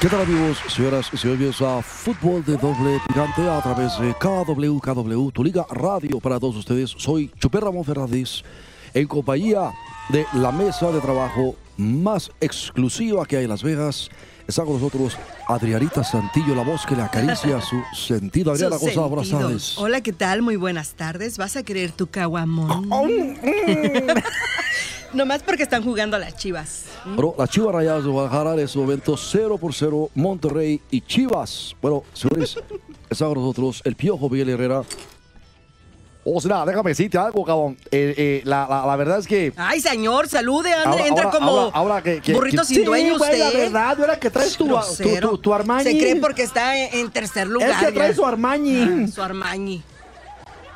¿Qué tal amigos, señoras y señores? A Fútbol de Doble Picante a través de KW, KW, tu liga radio para todos ustedes. Soy Chupé Ramón Fernández en compañía de la mesa de trabajo más exclusiva que hay en Las Vegas. Está con nosotros Adrianita Santillo, la voz que le acaricia su sentido. Sus Adriana, González, buenas sentidos. tardes. Hola, ¿qué tal? Muy buenas tardes. ¿Vas a querer tu caguamón? mm. Nomás porque están jugando las chivas. Bueno, las Chivas Rayadas de Guadalajara en este momento 0 por 0, Monterrey y Chivas. Bueno, señores, está con nosotros el Piojo Miguel Herrera. O sea, déjame decirte algo, cabrón. Eh, eh, la, la- la verdad es que. Ay, señor, salude, ande, Ahora- entra ahora- como ahora- ahora que- que- burrito que- sin Sí, dueño güey, usted. la verdad, ahora que traes tu- Grosero. tu- tu- tu Armani. Se cree porque está en, en tercer lugar. Es que trae ya. su Armani. Ah, Su Armañi.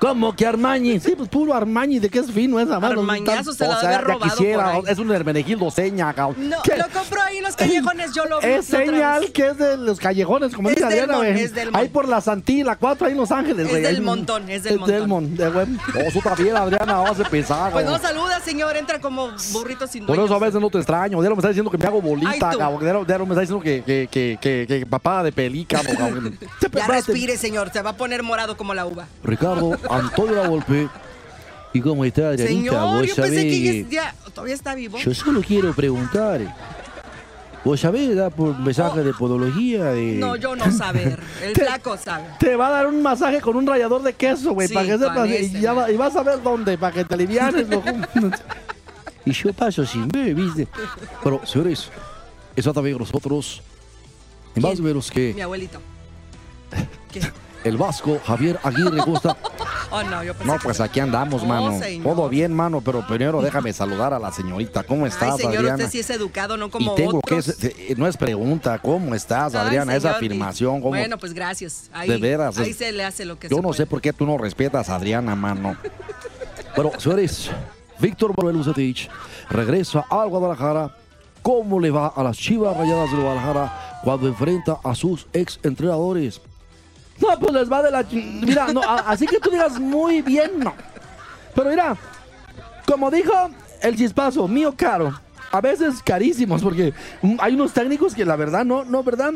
¿Cómo que Armani? Sí, pues puro Armani, ¿de qué es fino esa mano? Armañazo se la O sea, debe ya robado quisiera, por ahí. es un hermenegildo seña, cabrón. No, ¿Qué? lo compro ahí en los callejones, yo lo vi. Es la otra señal vez. que es de los callejones, como Es dice del Adriana, mon, güey. es del mon. Ahí por la Santí, la 4, ahí en Los Ángeles, Es güey. del Ahí- montón, es del Es del montón. mon, de güey. No, tú también, Adriana, vamos a empezar, Pues no cabrón. saluda, señor, entra como burrito sin Por dueño. eso a veces no te extraño. Diario me está diciendo que me hago Ay, bolita, tú. cabrón. Diario- diario me está diciendo que, que, que, que, que papada de pelícano, cabrón. Ya respire, señor, se va a poner morado como la uva. Ricardo Antonio La Volpe. ¿Y cómo está Adrianita? Señor, Vos yo pensé sabés que ya, ya- todavía está vivo. Yo solo quiero preguntar. ¿Vos sabés dar por mensaje de podología? De... Oh. No, yo no saber. El flaco sabe. Te va a dar un masaje con un rallador de queso, güey, Sí, para que sepas. ¿eh? con Y, ese, ya güey. va- y vas a ver dónde, para que te alivianes, loco. Y yo paso sin ver, ¿viste? Pero, señores, está también con nosotros. Y más ¿Quién? o menos Mi que abuelito. ¿Qué? el vasco Javier Aguirre Costa. Oh, no, yo pensé No, que- pues aquí andamos, No, mano. señor. Ah. Todo bien, mano, pero primero déjame saludar a la señorita. ¿Cómo estás, Ay, señor, Adriana? usted sí es educado, no como y tengo otros. que se- eh, no es pregunta, ¿cómo estás, Ay, Adriana? es señor, afirmación, y- ¿cómo? Bueno, pues gracias. Ahí, De veras, Ahí es- se le hace lo que Yo se no sé puede. por qué tú no respetas a Adriana, mano. Bueno, señores, Víctor Manuel Bucetich regresa al Guadalajara. ¿Cómo le va a las chivas rayadas del Guadalajara cuando enfrenta a sus ex entrenadores? No, pues les va de la... chi- Mira, no, a- así que tú digas muy bien, no. Pero mira, como dijo el chispazo, mío caro. A veces carísimos, porque mm, hay unos técnicos que la verdad no, no, ¿verdad?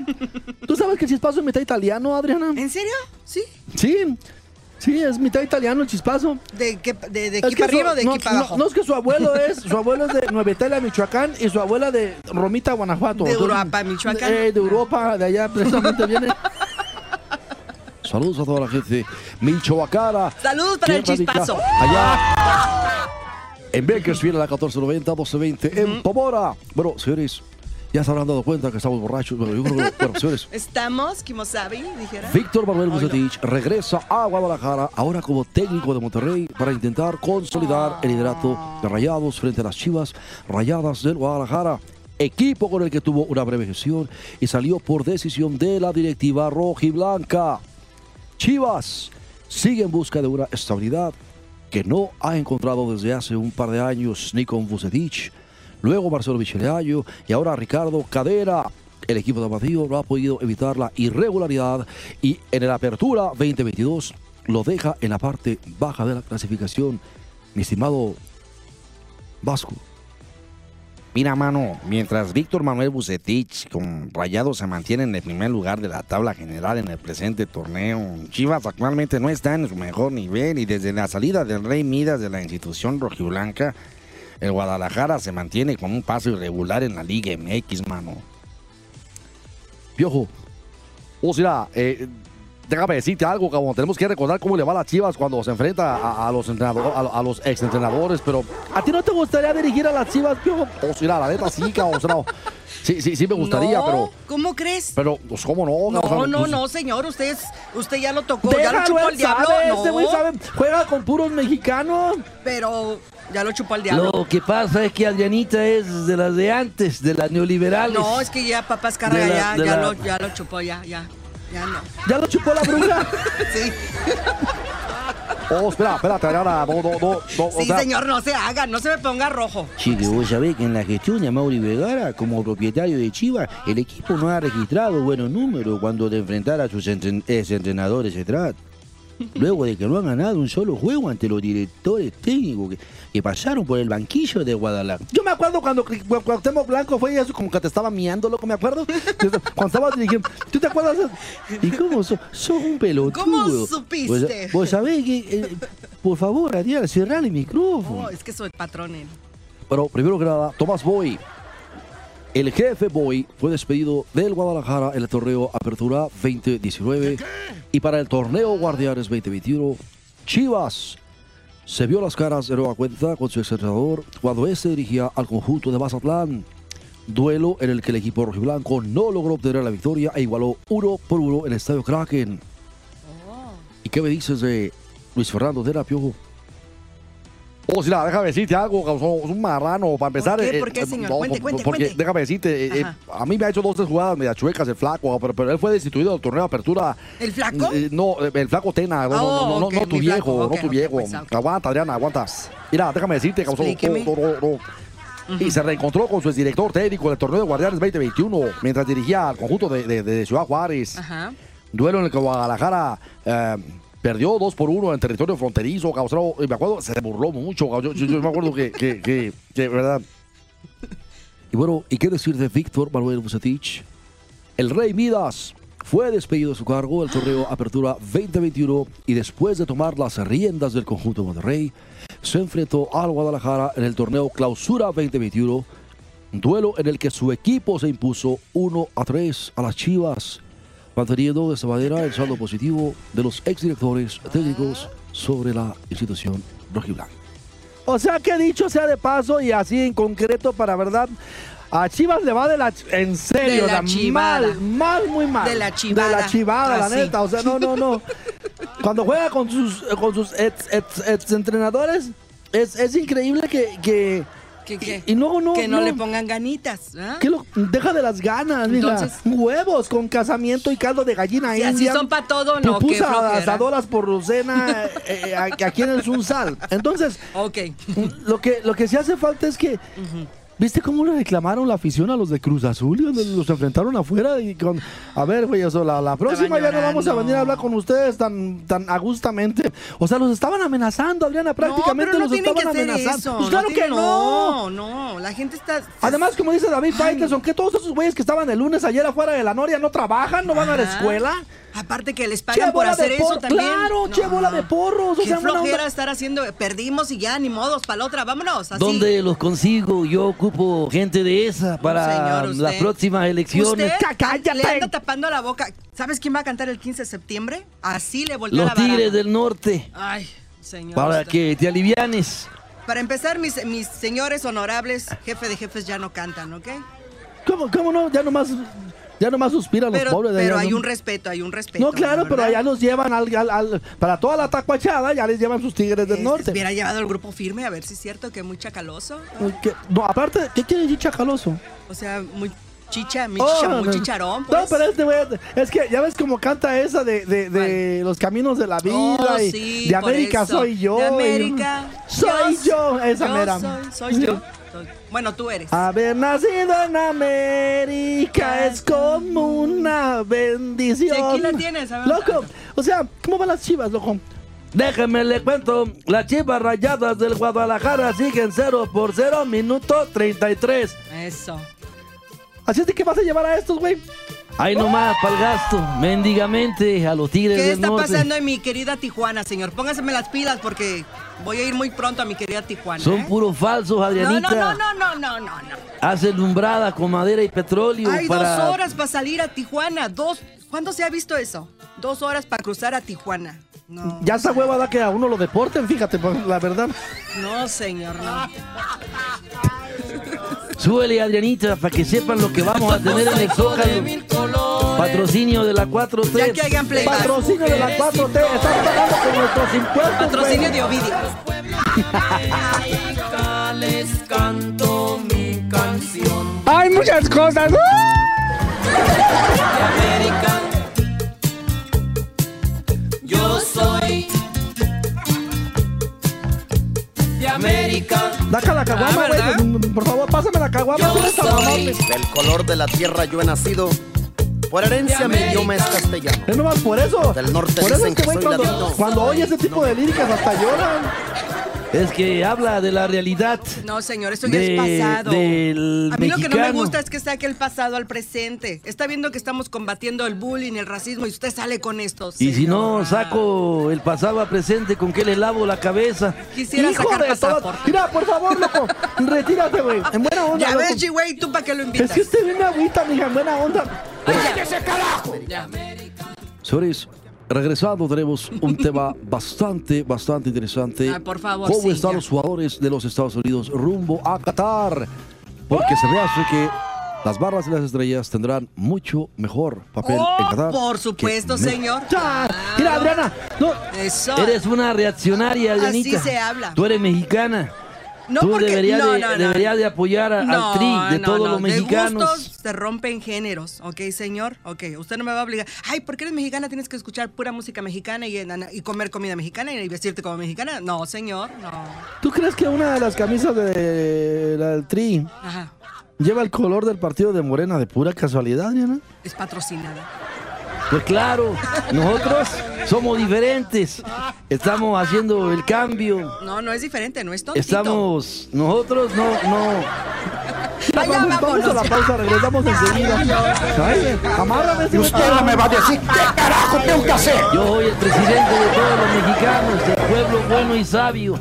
¿Tú sabes que el chispazo es mitad italiano, Adriana? ¿En serio? ¿Sí? Sí, sí, es mitad italiano el chispazo. ¿De, qué, de, de Es aquí que para su- arriba o de no, aquí para no, abajo? No, es que su abuelo es, su abuelo es de Nuevetela, Michoacán, y su abuela de Romita, Guanajuato. De Entonces, Europa, Michoacán. eh, de Europa, de allá precisamente viene. Saludos a toda la gente. Michoacana. Saludos para el Tierra rica. chispazo. Allá. En Bakersfield, a la 1490, 1220. En Pomora. Bueno, señores, ya se habrán dado cuenta que estamos borrachos. Bueno, yo creo que. Bueno, señores. Estamos, Kimosabi, dijera. Víctor Manuel Oilo. Bucetich regresa a Guadalajara, ahora como técnico de Monterrey, para intentar consolidar el liderato de Rayados frente a las Chivas Rayadas del Guadalajara. Equipo con el que tuvo una breve gestión y salió por decisión de la directiva rojiblanca. Chivas sigue en busca de una estabilidad que no ha encontrado desde hace un par de años ni con Vucetich, luego Marcelo Micheleaño y ahora Ricardo Cadera. El equipo de Amarillo no ha podido evitar la irregularidad y en el Apertura 2022 lo deja en la parte baja de la clasificación. Mi estimado Vasco, Mira, mano, mientras Víctor Manuel Bucetich con Rayados se mantiene en el primer lugar de la tabla general en el presente torneo, Chivas actualmente no está en su mejor nivel y desde la salida del Rey Midas de la institución rojiblanca, el Guadalajara se mantiene con un paso irregular en la Liga MX, mano. Piojo, O sea, eh, déjame decirte algo, cabrón. Tenemos que recordar cómo le va a las Chivas cuando se enfrenta a, a los entrenadores, a, a los Oh, exentrenadores, pero ¿a ti no te gustaría dirigir a las Chivas, Piojo? O sea, la neta sí, cabrón. O sea, no. Sí, sí, sí me gustaría, No, pero, ¿Cómo crees? pero, pues, ¿cómo no? no, Gabo? no, Pues, no, señor. Usted, es- usted ya lo tocó. ya lo Déjalo, chupó él al diablo. sabe, no, este güey sabe, juega con puros mexicanos. Pero ya lo chupó al diablo. Lo que pasa es que Adrianita es de las de antes, de las neoliberales. No, es que ya papás carga De la- ya, de ya, la- lo, ya lo chupó, ya, ya. Ya no. Ya lo chupó la bruja. Sí, Oh, espera, espera, espera, no, no, no, no, o sí sea, señor, no se haga, no se me ponga rojo. Sí, que vos sabés que en la gestión de Mauri Vergara, como propietario de Chivas, el equipo no ha registrado buenos números cuando de enfrentar a sus entren- ex-entrenadores se trata. Luego de que no han ganado un solo juego ante los directores técnicos que, que pasaron por el banquillo de Guadalajara. Yo me acuerdo cuando Cri- Cu- Cuauhtémoc Blanco fue y eso como que te estaba miando, loco, me acuerdo. Desde- Cuando estaba dirigiendo. ¿Tú te acuerdas? ¿Y cómo sos? Sos un pelotudo. ¿Cómo Vos, supiste? vos sabés que... eh, por favor, Adrián, cerrar el micrófono. Oh, es que soy patrón. eh. Pero primero que nada, Tomás Boy. El jefe Boy fue despedido del Guadalajara en el torneo Apertura 2019 y para el torneo Guardianes 2021, Chivas se vio las caras de nueva cuenta con su exentrenador cuando este dirigía al conjunto de Mazatlán. Duelo en el que el equipo rojiblanco no logró obtener la victoria e igualó uno por uno en el Estadio Kraken. ¿Y qué me dices de Luis Fernando de la Piojo? Oh, sí, la, déjame decirte algo, causó es un marrano para empezar. qué? eh, ¿Por qué, eh, señor? no, Cuente, cuente, porque cuente. déjame decirte, eh, eh, Ajá. a mí me ha hecho dos tres jugadas media chuecas el flaco, pero, pero él fue destituido del torneo de apertura. ¿El flaco? Eh, no, eh, el flaco Tena, no, Ah, no, no, no, ok, no tu mi viejo, flaco, ok, no tu ok, viejo. pues, ok. Aguanta, Adriana, aguanta. Mira, déjame decirte, causó. Explíqueme. no, no, no. Y se reencontró con su exdirector técnico del torneo de Guardianes 2021 mientras dirigía al conjunto de, de- de Ciudad eh. Juárez. Ajá. Duelo en el que Guadalajara eh, perdió 2 por 1 en territorio fronterizo. Causado, y me acuerdo, se burló mucho. Yo, yo- yo me acuerdo que, que, que- que, ¿verdad? Y bueno, ¿y qué decir de Víctor Manuel Bucetich? El Rey Midas fue despedido de su cargo del torneo Apertura 2021 y después de tomar las riendas del conjunto de Monterrey, se enfrentó al Guadalajara en el torneo Clausura 2021, duelo en el que su equipo se impuso 1 a 3 a las Chivas, manteniendo de esta manera el saldo positivo de los exdirectores técnicos sobre la institución rojiblanca. O sea, que dicho sea de paso y así en concreto para verdad. A Chivas le va de la... ch- En serio, De la chivada. mal, mal, muy mal. De la chivada. Ah, De la chivada, la Así. neta. O sea, no, no, no. Cuando juega con sus, eh, con sus ex, ex- ex entrenadores, es, es increíble que... que ¿Qué, qué? Y, y luego no... que no, le pongan ganitas. ¿ah? ¿Qué lo- deja de las ganas, mija. Entonces- Huevos con casamiento y caldo de gallina Si así india. son pa' todo, no, qué Pupusas flojera. asadoras por Lucena eh, eh, a- aquí en el Sunsal. Entonces, Ok. lo que, lo que sí hace falta es que... ¿Viste cómo le reclamaron la afición a los de Cruz Azul? Y donde los enfrentaron afuera y con... A ver, güey, eso, la, la próxima ya no vamos a llorando. venir a hablar con ustedes tan, tan agustamente. O sea, los estaban amenazando, Adriana, prácticamente no, pero no los tienen estaban que hacer amenazando. eso. Pues claro tienen- que No, no. no, la gente está... Además, como dice David Faitelson, que todos esos güeyes que estaban el lunes ayer afuera de la Noria no trabajan, no van a la Ajá. escuela. Aparte que les Che, pagan por bola hacer de eso por- también. claro, che, bola de porros, o Qué sea, buena onda. flojera estar haciendo. Perdimos y ya, ni modos, para la otra. Vámonos. Así. ¿Dónde? Eh, los consigo, yo ocupo gente de esa para señor, usted. las próximas elecciones. Usted Ca- cállate. le anda tapando la boca. ¿Sabes quién va a cantar el 15 de septiembre? Así le voltea Los la vara. Tigres del Norte, Ay, señor. para usted. que te alivianes. Para empezar, mis, mis señores honorables, jefe de jefes ya no cantan, ¿ok? ¿Cómo, cómo no? Ya nomás, ya nomás suspiran Pero, los pobres. de pero allá, hay ¿no? un respeto, hay un respeto. No, claro, ¿verdad? pero allá los llevan al, al- al- para toda la tacuachada, ya les llevan sus tigres del Este, norte. Hubiera llevado el grupo firme, a ver si es cierto que muy chacaloso. ¿no? Uy, qué- no, aparte, ¿qué quiere decir chacaloso? O sea, muy chicha, muy, Oh, chicha- muy no. chicharón. No, pues. pero este güey, es que ya ves como canta esa de, de, de los caminos de la vida Oh, y sí, de por América eso. soy yo. De y- América. soy yo, esa yo mera. Ah, Soy, soy yo. Soy- Bueno, tú eres. Haber nacido en América es como una bendición. Sí, aquí la tienes, a ver. Loco, o sea, ¿cómo van las chivas, loco? Déjame le cuento, las chivas rayadas del Guadalajara siguen 0 por 0, minuto 33. Eso. Así es de que vas a llevar a estos, güey. Ahí nomás, para el gasto, mendigamente a los Tigres ¿Qué del está Norte. pasando en mi querida Tijuana, señor? Póngaseme las pilas porque voy a ir muy pronto a mi querida Tijuana. Son ¿eh? puros falsos, No, no, Adrianita. no, no, no, no, no, no. Hacen lumbradas con madera y petróleo Hay para... dos horas para salir a Tijuana. Dos. ¿Cuándo se ha visto eso? Dos horas para cruzar a Tijuana. No. Ya esa hueva da que a uno lo Ah, deporten, fíjate, pues, la verdad. No, señor, no. Súbele, Adrianita, para que sepan lo que vamos a tener en el Zócalo. Patrocinio de la 4-3. Ya que hagan playback. Patrocinio de la 4T, estás pagando con nuestros impuestos. Patrocinio de Ovidio. Hay muchas cosas. ¡Ah! Daca la caguama, Ah, ¿verdad? güey. Por favor, pásame la caguama. tú eres tan amable. Del color de la tierra yo he nacido. Por herencia mi idioma es castellano. Es nomás por eso. Del norte por eso dicen es que, que güey, soy cuando, latino. cuando oye ese tipo de líricas hasta lloran. Es que habla de la realidad. No, señor, esto ya De- es pasado. del a mí lo que no me mexicano. gusta es que saque el pasado al presente. Está viendo que estamos combatiendo el bullying, el racismo y usted sale con esto. Y si no señora. saco el pasado a presente, ¿con qué le lavo la cabeza? Quisiera Hijo sacar de todas- pasaporte. Mira, por favor, loco. retírate, güey. En buena onda. Ya loco. ves, güey, ¿tú para qué lo Es invitas? que usted viene agüita, mija, en buena onda. Señores, regresando tenemos un tema bastante, bastante interesante. Ay, Ah, por favor, ¿Cómo sí, están ya. los jugadores de los Estados Unidos rumbo a Qatar? Porque se me hace que las barras de las estrellas tendrán mucho mejor papel en Qatar. Oh, Por que supuesto, México. señor. Ya. Mira, Adriana. No, Eso. Eres una reaccionaria, Ah. Así Adrianita. se habla. Tú eres mexicana. No, Tú porque- deberías, no, de, no, no. deberías de apoyar a- al tri de no, todos no, los mexicanos. De gustos se rompen géneros, ¿ok, señor? Ok, usted no me va a obligar. Ay, porque eres mexicana, tienes que escuchar pura música mexicana y, y comer comida mexicana y vestirte como mexicana. No, señor, no. ¿tú crees que una de las camisas de la del Tri Ajá, lleva el color del partido de Morena de pura casualidad, Adriana? es patrocinada. Pues claro, nosotros somos diferentes. Estamos haciendo el cambio. No, no es diferente, no es tontito. Estamos, nosotros no, no. Vaya, vamos, vamos vámonos. a la pausa, regresamos enseguida. Ay, amárrame ese Y usted no me va a decir qué carajo tengo que hacer. Yo soy el presidente de todos los mexicanos, del pueblo bueno y sabio.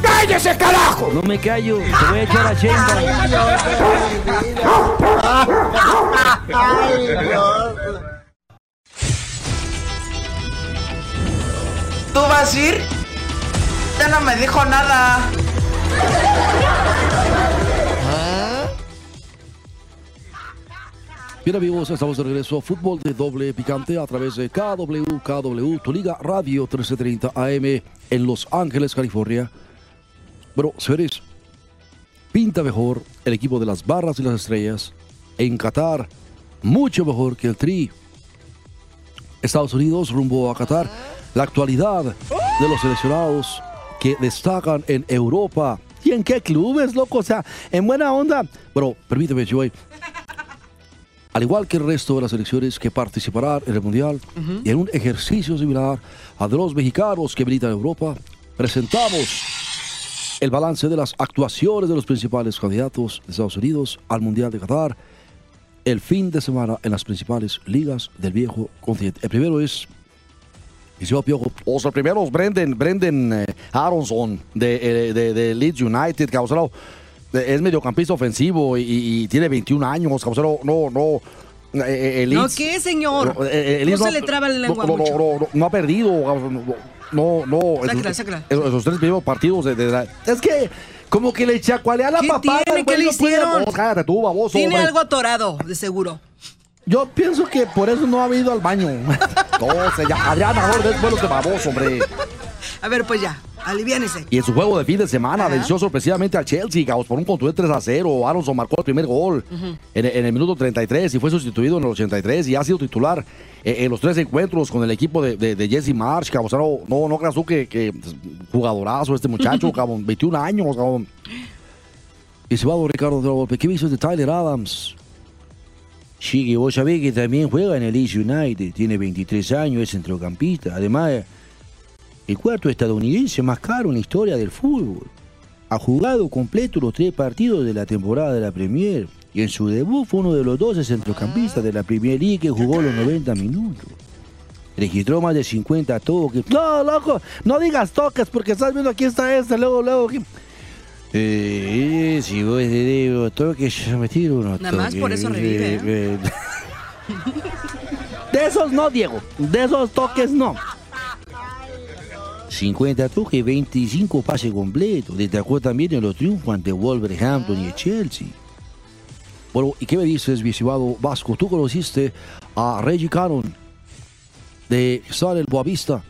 ¡Cállese, carajo! No me callo, te voy a echar a Sheinbaum. ¿Tú vas a ir? Ya no me dijo nada. Bien amigos, estamos de regreso a Fútbol de Doble Picante a través de KW, KW, tu liga radio 1330 AM en Los Ángeles, California. Pero, señores, pinta mejor el equipo de las barras y las estrellas en Qatar, mucho mejor que el Tri. Estados Unidos rumbo a Qatar. La actualidad de los seleccionados que destacan en Europa. ¿Y en qué clubes, loco? O sea, en buena onda. Pero permíteme, Joey. Al igual que el resto de las elecciones que participarán en el Mundial, y en un ejercicio similar a de los mexicanos que militan en Europa, presentamos el balance de las actuaciones de los principales candidatos de Estados Unidos al Mundial de Qatar el fin de semana en las principales ligas del viejo continente. El primero es Liceo Piojo. Los primeros, Brendan, Brendan eh, Aronson de, eh, de- de Leeds United, causado. Es mediocampista ofensivo y, y- y tiene 21 años, causado. No, no. eh, eh, el No, Leeds- ¿qué, señor? No, eh, eh, el No Leeds se le traba la lengua no, no, mucho. no, no, no ha perdido. causado, no, No, no. Sácala, esos- sácala. Esos, esos tres primeros partidos de, de la- Es que, como que le chacualea la ¿Qué papada. tiene? güey, ¿Qué le no puede- hicieron? Oh, cállate tú, baboso. Tiene hombre. algo atorado, de seguro. Yo pienso que por eso no ha ido al baño. No, se llama Adriana Gordes, vuelos de este baboso, hombre. A ver, pues ya, aliviánese. Y en su juego de fin de semana venció sorpresivamente al Chelsea, Gaos, por un contundente 3 a 0. Aronson marcó el primer gol en, en el minuto 33 y fue sustituido en el 83 y ha sido titular eh, en los tres encuentros con el equipo de, de- de Jesse Marsh, Gaos. No, no, no creas tú que, que pues, jugadorazo este muchacho, cabrón, 21 años, cabrón. Y se va don Ricardo de la Volpe. ¿Qué me dices de Tyler Adams? Sí, vos sabés que también juega en el Leeds United, tiene 23 años, es centrocampista. Además, el cuarto estadounidense más caro en la historia del fútbol. Ha jugado completo los tres partidos de la temporada de la Premier y en su debut fue uno de los 12 centrocampistas de la Premier League que jugó los 90 minutos. Registró más de 50 toques. No, loco, no digas toques porque estás viendo aquí está este, luego, luego. aquí. Eh, si vos te digo toques, yo me tiro unos Nada más por eso toques. revive, Eh, eh, De esos no, Diego. De esos toques no. 50 toques, 25 pases completos. Destacó también en los triunfos ante Wolverhampton y el Chelsea. Bueno, ¿y qué me dices, mi estimado Vasco? Tú conociste a Reggie Cannon de Sar el Boavista.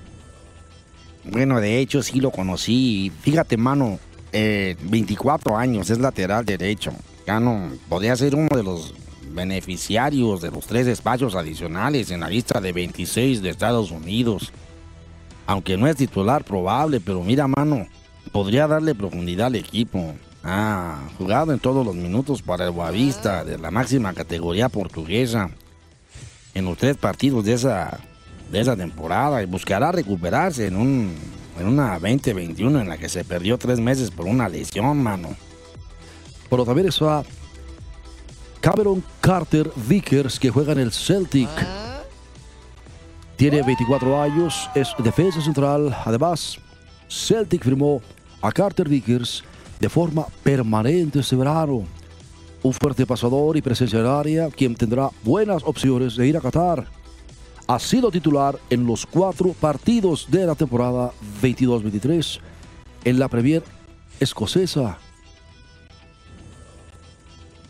Bueno, de hecho sí lo conocí. Fíjate, mano, eh, 24 años, es lateral derecho. Cano podría ser uno de los beneficiarios de los tres espacios adicionales en la lista de 26 de Estados Unidos. Aunque no es titular probable, pero mira, mano, podría darle profundidad al equipo. Ah, jugado en todos los minutos para el Boavista de la máxima categoría portuguesa en los tres partidos de esa, de esa temporada y buscará recuperarse en, un, en una 2021 en la que se perdió tres meses por una lesión, mano. Pero también está Cameron Carter Vickers, que juega en el Celtic. Tiene 24 años, es defensa central. Además, Celtic firmó a Carter Vickers de forma permanente este verano. Un fuerte pasador y presencia en el área, quien tendrá buenas opciones de ir a Qatar. Ha sido titular en los cuatro partidos de la temporada 22-23 en la Premier escocesa.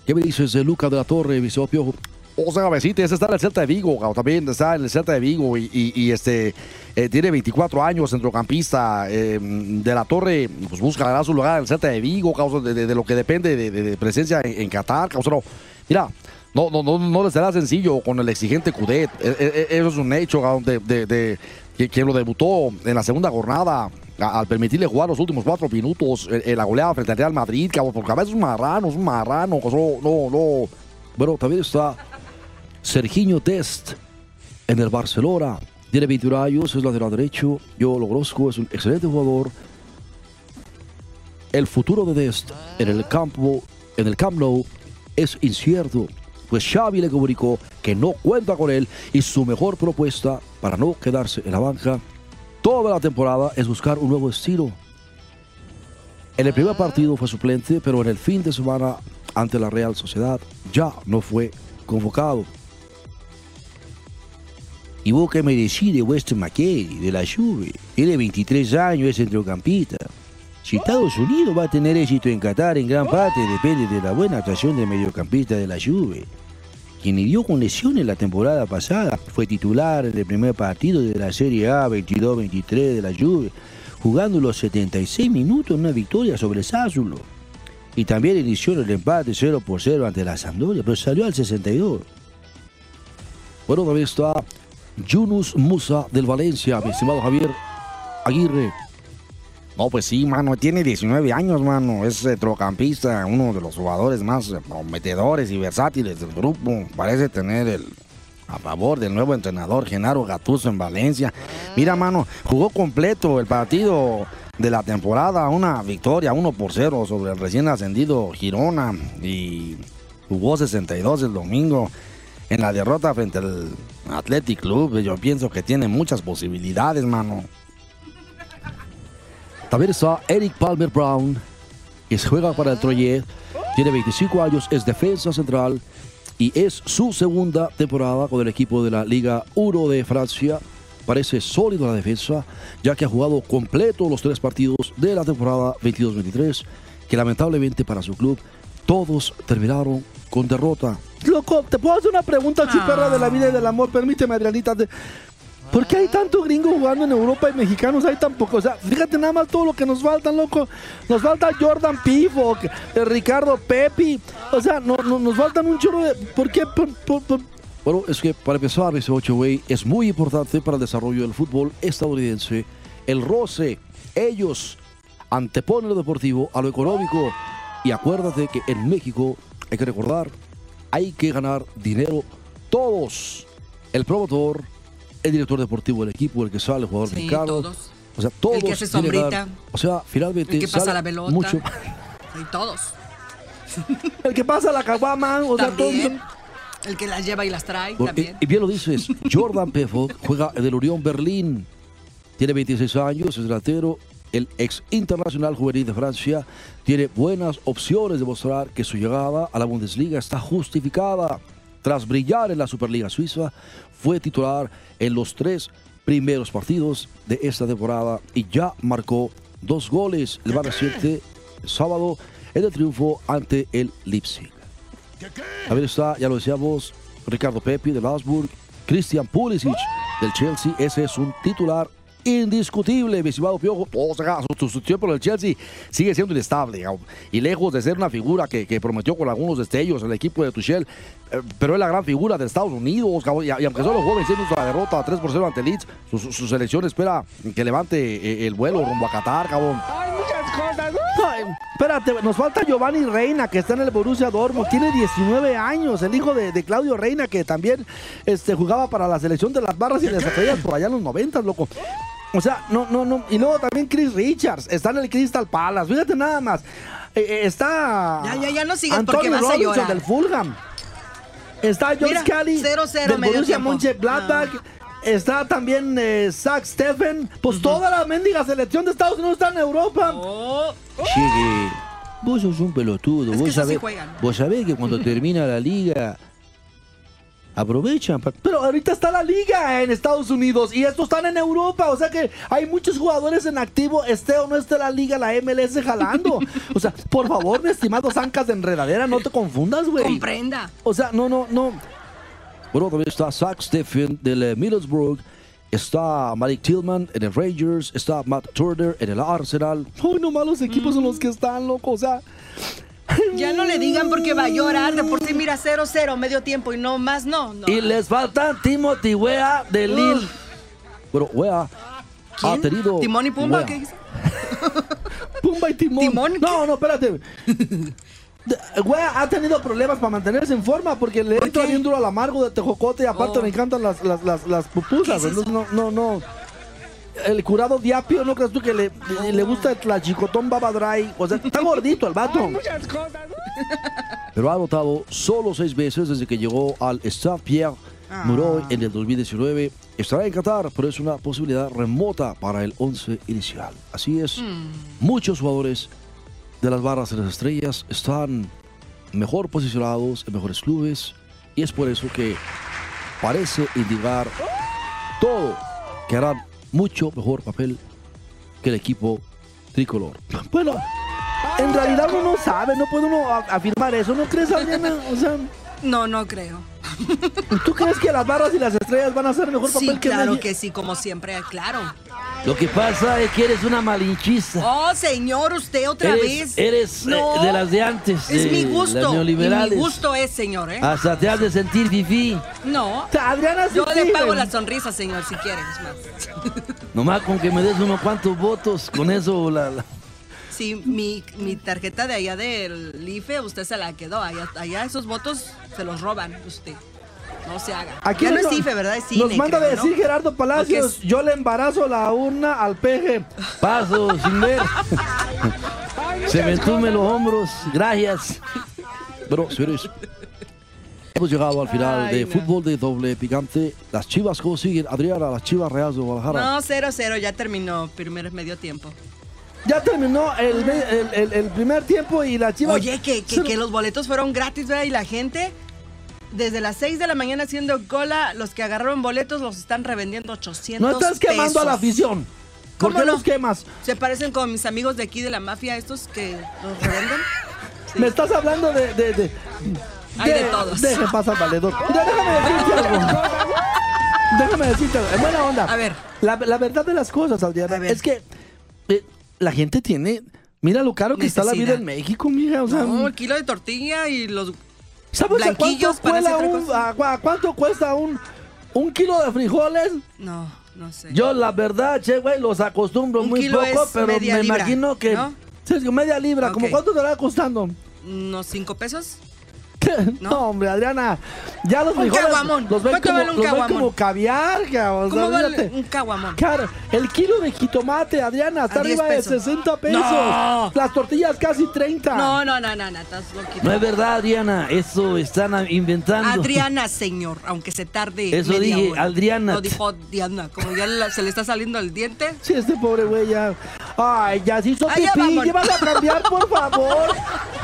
¿Qué me dices de Luca de la Torre, mi estimado Piojo? O sea, Gavecita, ese está en el Celta de Vigo, Gabo, también está en el Celta de Vigo y, y- y, este eh, tiene 24 años, centrocampista eh, de la Torre, pues buscará su lugar en el Celta de Vigo, causa de, de- de lo que depende de, de- de presencia en, en Qatar, causa no. Mira, no, no, no, no le será sencillo con el exigente Cudet, Eh, eh, eh, eso es un hecho, Gabo, de, de- de- que, que lo debutó en la segunda jornada. a- Al permitirle jugar los últimos cuatro minutos en, en la goleada frente al Real Madrid, Gabo, porque a veces es un marrano, es un marrano, causa no, no, no. Bueno, también está Serginho Dest en el Barcelona. Tiene 21 años, es lateral derecho. Yo lo conozco, es un excelente jugador. El futuro de Dest en el campo, en el Camp Nou, es incierto. Pues Xavi le comunicó que no cuenta con él y su mejor propuesta para no quedarse en la banca toda la temporada es buscar un nuevo estilo. En el primer partido fue suplente, pero en el fin de semana ante la Real Sociedad ya no fue convocado. Y vos qué me decís de Weston McKay, de la Juve. Tiene 23 años, es centrocampista. Si Estados Unidos va a tener éxito en Qatar, en gran parte depende de la buena actuación del mediocampista de la Juve, quien lidió con lesiones la temporada pasada. Fue titular en el primer partido de la Serie A 22-23 de la Juve, jugando los 76 minutos en una victoria sobre Sassuolo. Y también inició en el empate 0 por 0 ante la Sampdoria, pero salió al 62. Bueno, también está Yunus Musa del Valencia, mi estimado Javier Aguirre. No, pues sí, mano, tiene 19 años, mano. Es centrocampista, uno de los jugadores más prometedores y versátiles del grupo. Parece tener el a favor del nuevo entrenador Genaro Gatuso en Valencia. Mira, mano, jugó completo el partido de la temporada, una victoria 1 por 0 sobre el recién ascendido Girona y jugó 62 el domingo en la derrota frente al Athletic Club. Yo pienso que tiene muchas posibilidades, mano. También está Eric Palmer Brown, que se juega para el Troyes. Tiene 25 años, es defensa central y es su segunda temporada con el equipo de la Liga 1 de Francia. Parece sólido la defensa, ya que ha jugado completo los tres partidos de la temporada 22-23, que lamentablemente para su club todos terminaron con derrota. Loco, te puedo hacer una pregunta, chiperra de la vida y del amor. Permíteme, Adrianita. de- ¿Por qué hay tanto gringo jugando en Europa y mexicanos hay tan pocos? O sea, fíjate nada más todo lo que nos faltan, loco. Nos falta Jordan Pifo, Ricardo Pepi. O sea, no, no- nos faltan un chorro de. ¿Por qué? Por- por- por- Bueno, es que para empezar, ese 8 way es muy importante para el desarrollo del fútbol estadounidense. El roce, ellos anteponen lo deportivo a lo económico. Y acuérdate que en México, hay que recordar, hay que ganar dinero todos. El promotor, el director deportivo del equipo, el que sale, el jugador Sí, mexicano. todos. O sea, todos. El que hace tienen que sombrita. ganar. O sea, finalmente. El que pasa sale la pelota. Mucho. Y todos. El que pasa la caguama. O sea, todo. También. El que las lleva y las trae Oh, Bueno, también. Y, y bien lo dices, Jordan Pefo juega en el Unión Berlín. Tiene 26 años, es delantero. El ex internacional juvenil de Francia tiene buenas opciones de mostrar que su llegada a la Bundesliga está justificada. Tras brillar en la Superliga Suiza, fue titular en los tres primeros partidos de esta temporada y ya marcó dos goles el más reciente sábado en el triunfo ante el Leipzig. También está, ya lo decíamos, Ricardo Pepi del Augsburg, Christian Pulisic del Chelsea. Ese es un titular indiscutible, mi estimado Piojo. Todos acá, su, su- su tiempo en el Chelsea sigue siendo inestable cabrón. y lejos de ser una figura que, que prometió con algunos destellos el equipo de Tuchel, eh, pero es la gran figura de Estados Unidos. cabrón. Y, a- y aunque solo jueves venciendo la derrota 3 por 0 ante Leeds, su, su- su selección espera que levante eh, el vuelo rumbo a Qatar, cabrón. Hay muchas cosas. Ay, espérate, nos falta Giovanni Reina, que está en el Borussia Dortmund, tiene 19 años, el hijo de, de Claudio Reina, que también este, jugaba para la selección de las barras y las estrellas por allá en los 90, loco. O sea, no, no, no. Y luego también Chris Richards, está en el Crystal Palace, fíjate nada más. Eh, eh, está... Ya, ya, ya no sigas Antonio porque vas a Robinson llorar. del Fulham. Está George Mira, Kelly 0-0 del medio Borussia tiempo. Ah. Mönchengladbach. Está también eh, Zach Steffen. Pues toda la mendiga selección de Estados Unidos está en Europa. Oh, Chegue, vos sos un pelotudo. Es que vos, eso sí sabés, juegan. vos sabés que cuando termina la liga, aprovechan. pa- Pero ahorita está la liga en Estados Unidos y estos están en Europa. O sea que hay muchos jugadores en activo, esté o no esté la liga, la MLS jalando. O sea, por favor, mi estimado Zancas de Enredadera, no te confundas, güey. comprenda. O sea, no, no, no. Bueno, también está Zach Steffen del eh, Middlesbrough. Está Malik Tillman en el Rangers. Está Matt Turner en el Arsenal. Uy, no malos equipos en los que están, loco. O sea, Ya no le digan porque va a llorar. De por sí, mira, 0-0, medio tiempo y no más, no. no. y les falta Timothy Wea de Lille. Bueno, wea, ha ¿Quién? tenido. Timón y Pumba, wea. ¿qué dice? Pumba y Timón. ¿Timón? No, no, espérate. De- Güey, ha tenido problemas para mantenerse en forma porque le entra qué? bien duro al amargo de Tejocote y aparte Oh. me encantan las, las, las, las pupusas. ¿Qué es eso? no, no, no. El curado Diapio, ¿no crees tú que le, le gusta la chicotón baba dry? O sea, está gordito el vato. Muchas cosas. pero ha anotado solo seis veces desde que llegó al Stade Pierre Mouroy en el 2019. Estará en Qatar, pero es una posibilidad remota para el 11 inicial. Así es, muchos jugadores de las barras de las estrellas están mejor posicionados en mejores clubes y es por eso que parece indicar todo que harán mucho mejor papel que el equipo tricolor. Bueno, en realidad uno no sabe, no puede uno a- afirmar eso, ¿no crees, Adriana? O sea, No, no creo. ¿tú crees que las barras y las estrellas van a hacer mejor papel Sí, que claro México? que sí, como siempre, claro. Lo que pasa es que eres una malinchista. Oh, señor, usted otra Eres- vez. eres, eh, No, de las de antes, Es de mi las gusto. y mi neoliberales. Ah. gusto es, señor, ¿eh? Hasta te has de sentir fifí. No. O sea, Adriana sí Yo le sirve. pago la sonrisa, señor, si quieres más. Nomás con que me des unos cuantos votos, con eso la, la- Sí, mi, mi tarjeta de allá del IFE, usted se la quedó. Allá, allá esos votos se los roban usted. No se haga. Aquí ya no nos- es IFE, ¿verdad? Es cine, Nos manda creo, a ¿no? decir Gerardo Palacios, Porque yo le embarazo la urna al peje. paso sin ver. Hay Se me muchas entumen cosas. los hombros. Gracias. Bueno, señores, hemos llegado al final Ay, de no. fútbol de doble picante. Las chivas consiguen, Adriana, las chivas reales de Guadalajara. No, 0-0, ya terminó. Primer medio tiempo. Ya terminó el, me- el- el- el primer tiempo y la chiva. Oye, que, que, que los boletos fueron gratis, ¿verdad? Y la gente, desde las 6 de la mañana haciendo cola, los que agarraron boletos los están revendiendo 800 No estás quemando a la pesos. afición. ¿Por ¿Cómo qué no? los quemas? Se parecen con mis amigos de aquí de la mafia, estos que los revenden. Sí. Me estás hablando de. de, de Hay de todos. Deje pasar, valedor. Ya, déjame decirte algo. déjame decirte algo. En buena onda. A ver. La, la verdad de las cosas, Adriana, A ver. es que eh, la gente tiene. Mira lo caro que está la vida Necesidad. en México, mira. O sea, No, el kilo de tortilla y los ¿Sabes a cuánto, Blanquillos, parece cuela otra un- cosa. a cua- a cuánto cuesta un, un kilo de frijoles? No, no sé. Yo, la verdad, che, güey, los acostumbro Un muy kilo poco, es pero me media libra, imagino que. ¿no? Sergio, media libra, ¿Cómo Ok. cuánto te va costando? ¿Unos cinco pesos? No. No. hombre, Adriana, ya los Un frijoles caguamón. los ven, ¿Cuánto como, vale un los ven caguamón? como caviar, Pues, cabrón. ¿Cómo vale olvídate. un caguamón? Claro, el kilo de jitomate, Adriana, está A 10 arriba de pesos. 60 pesos. ¡No! Las tortillas casi 30. No, no, no, no, no, estás loquito. No es verdad, Adriana. Eso están ah, inventando. Adriana, señor, aunque se tarde. Eso media dije, hora. Adriana. No dijo Diana, como ya la- se le está saliendo el diente. Sí, este pobre güey ya. Ay, ya se hizo Ay, ya pipí. vámonos. Llévate a cambiar, por favor.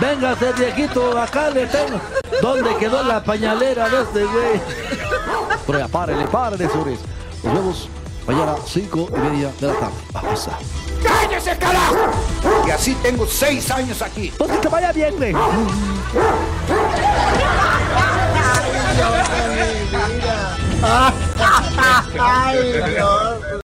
Véngase, viejito, acá le tengo. ¿Dónde quedó la pañalera de este güey? Pero ya, párele, párele, señores. Nos vemos Mañana, 5 y media de la tarde. Va a pasar. ¡Cállese, carajo! Y así tengo seis años aquí. Pues que te vaya bien, güey. Ay, no.